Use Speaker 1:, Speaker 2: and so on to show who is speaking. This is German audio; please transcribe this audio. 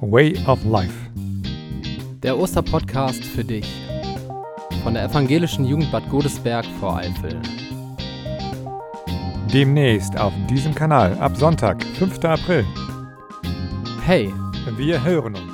Speaker 1: Way of Life.
Speaker 2: Der Osterpodcast für dich. Von der Evangelischen Jugend Bad Godesberg vor Eifel.
Speaker 1: Demnächst auf diesem Kanal ab Sonntag, 5. April.
Speaker 2: Hey,
Speaker 1: Wir hören uns.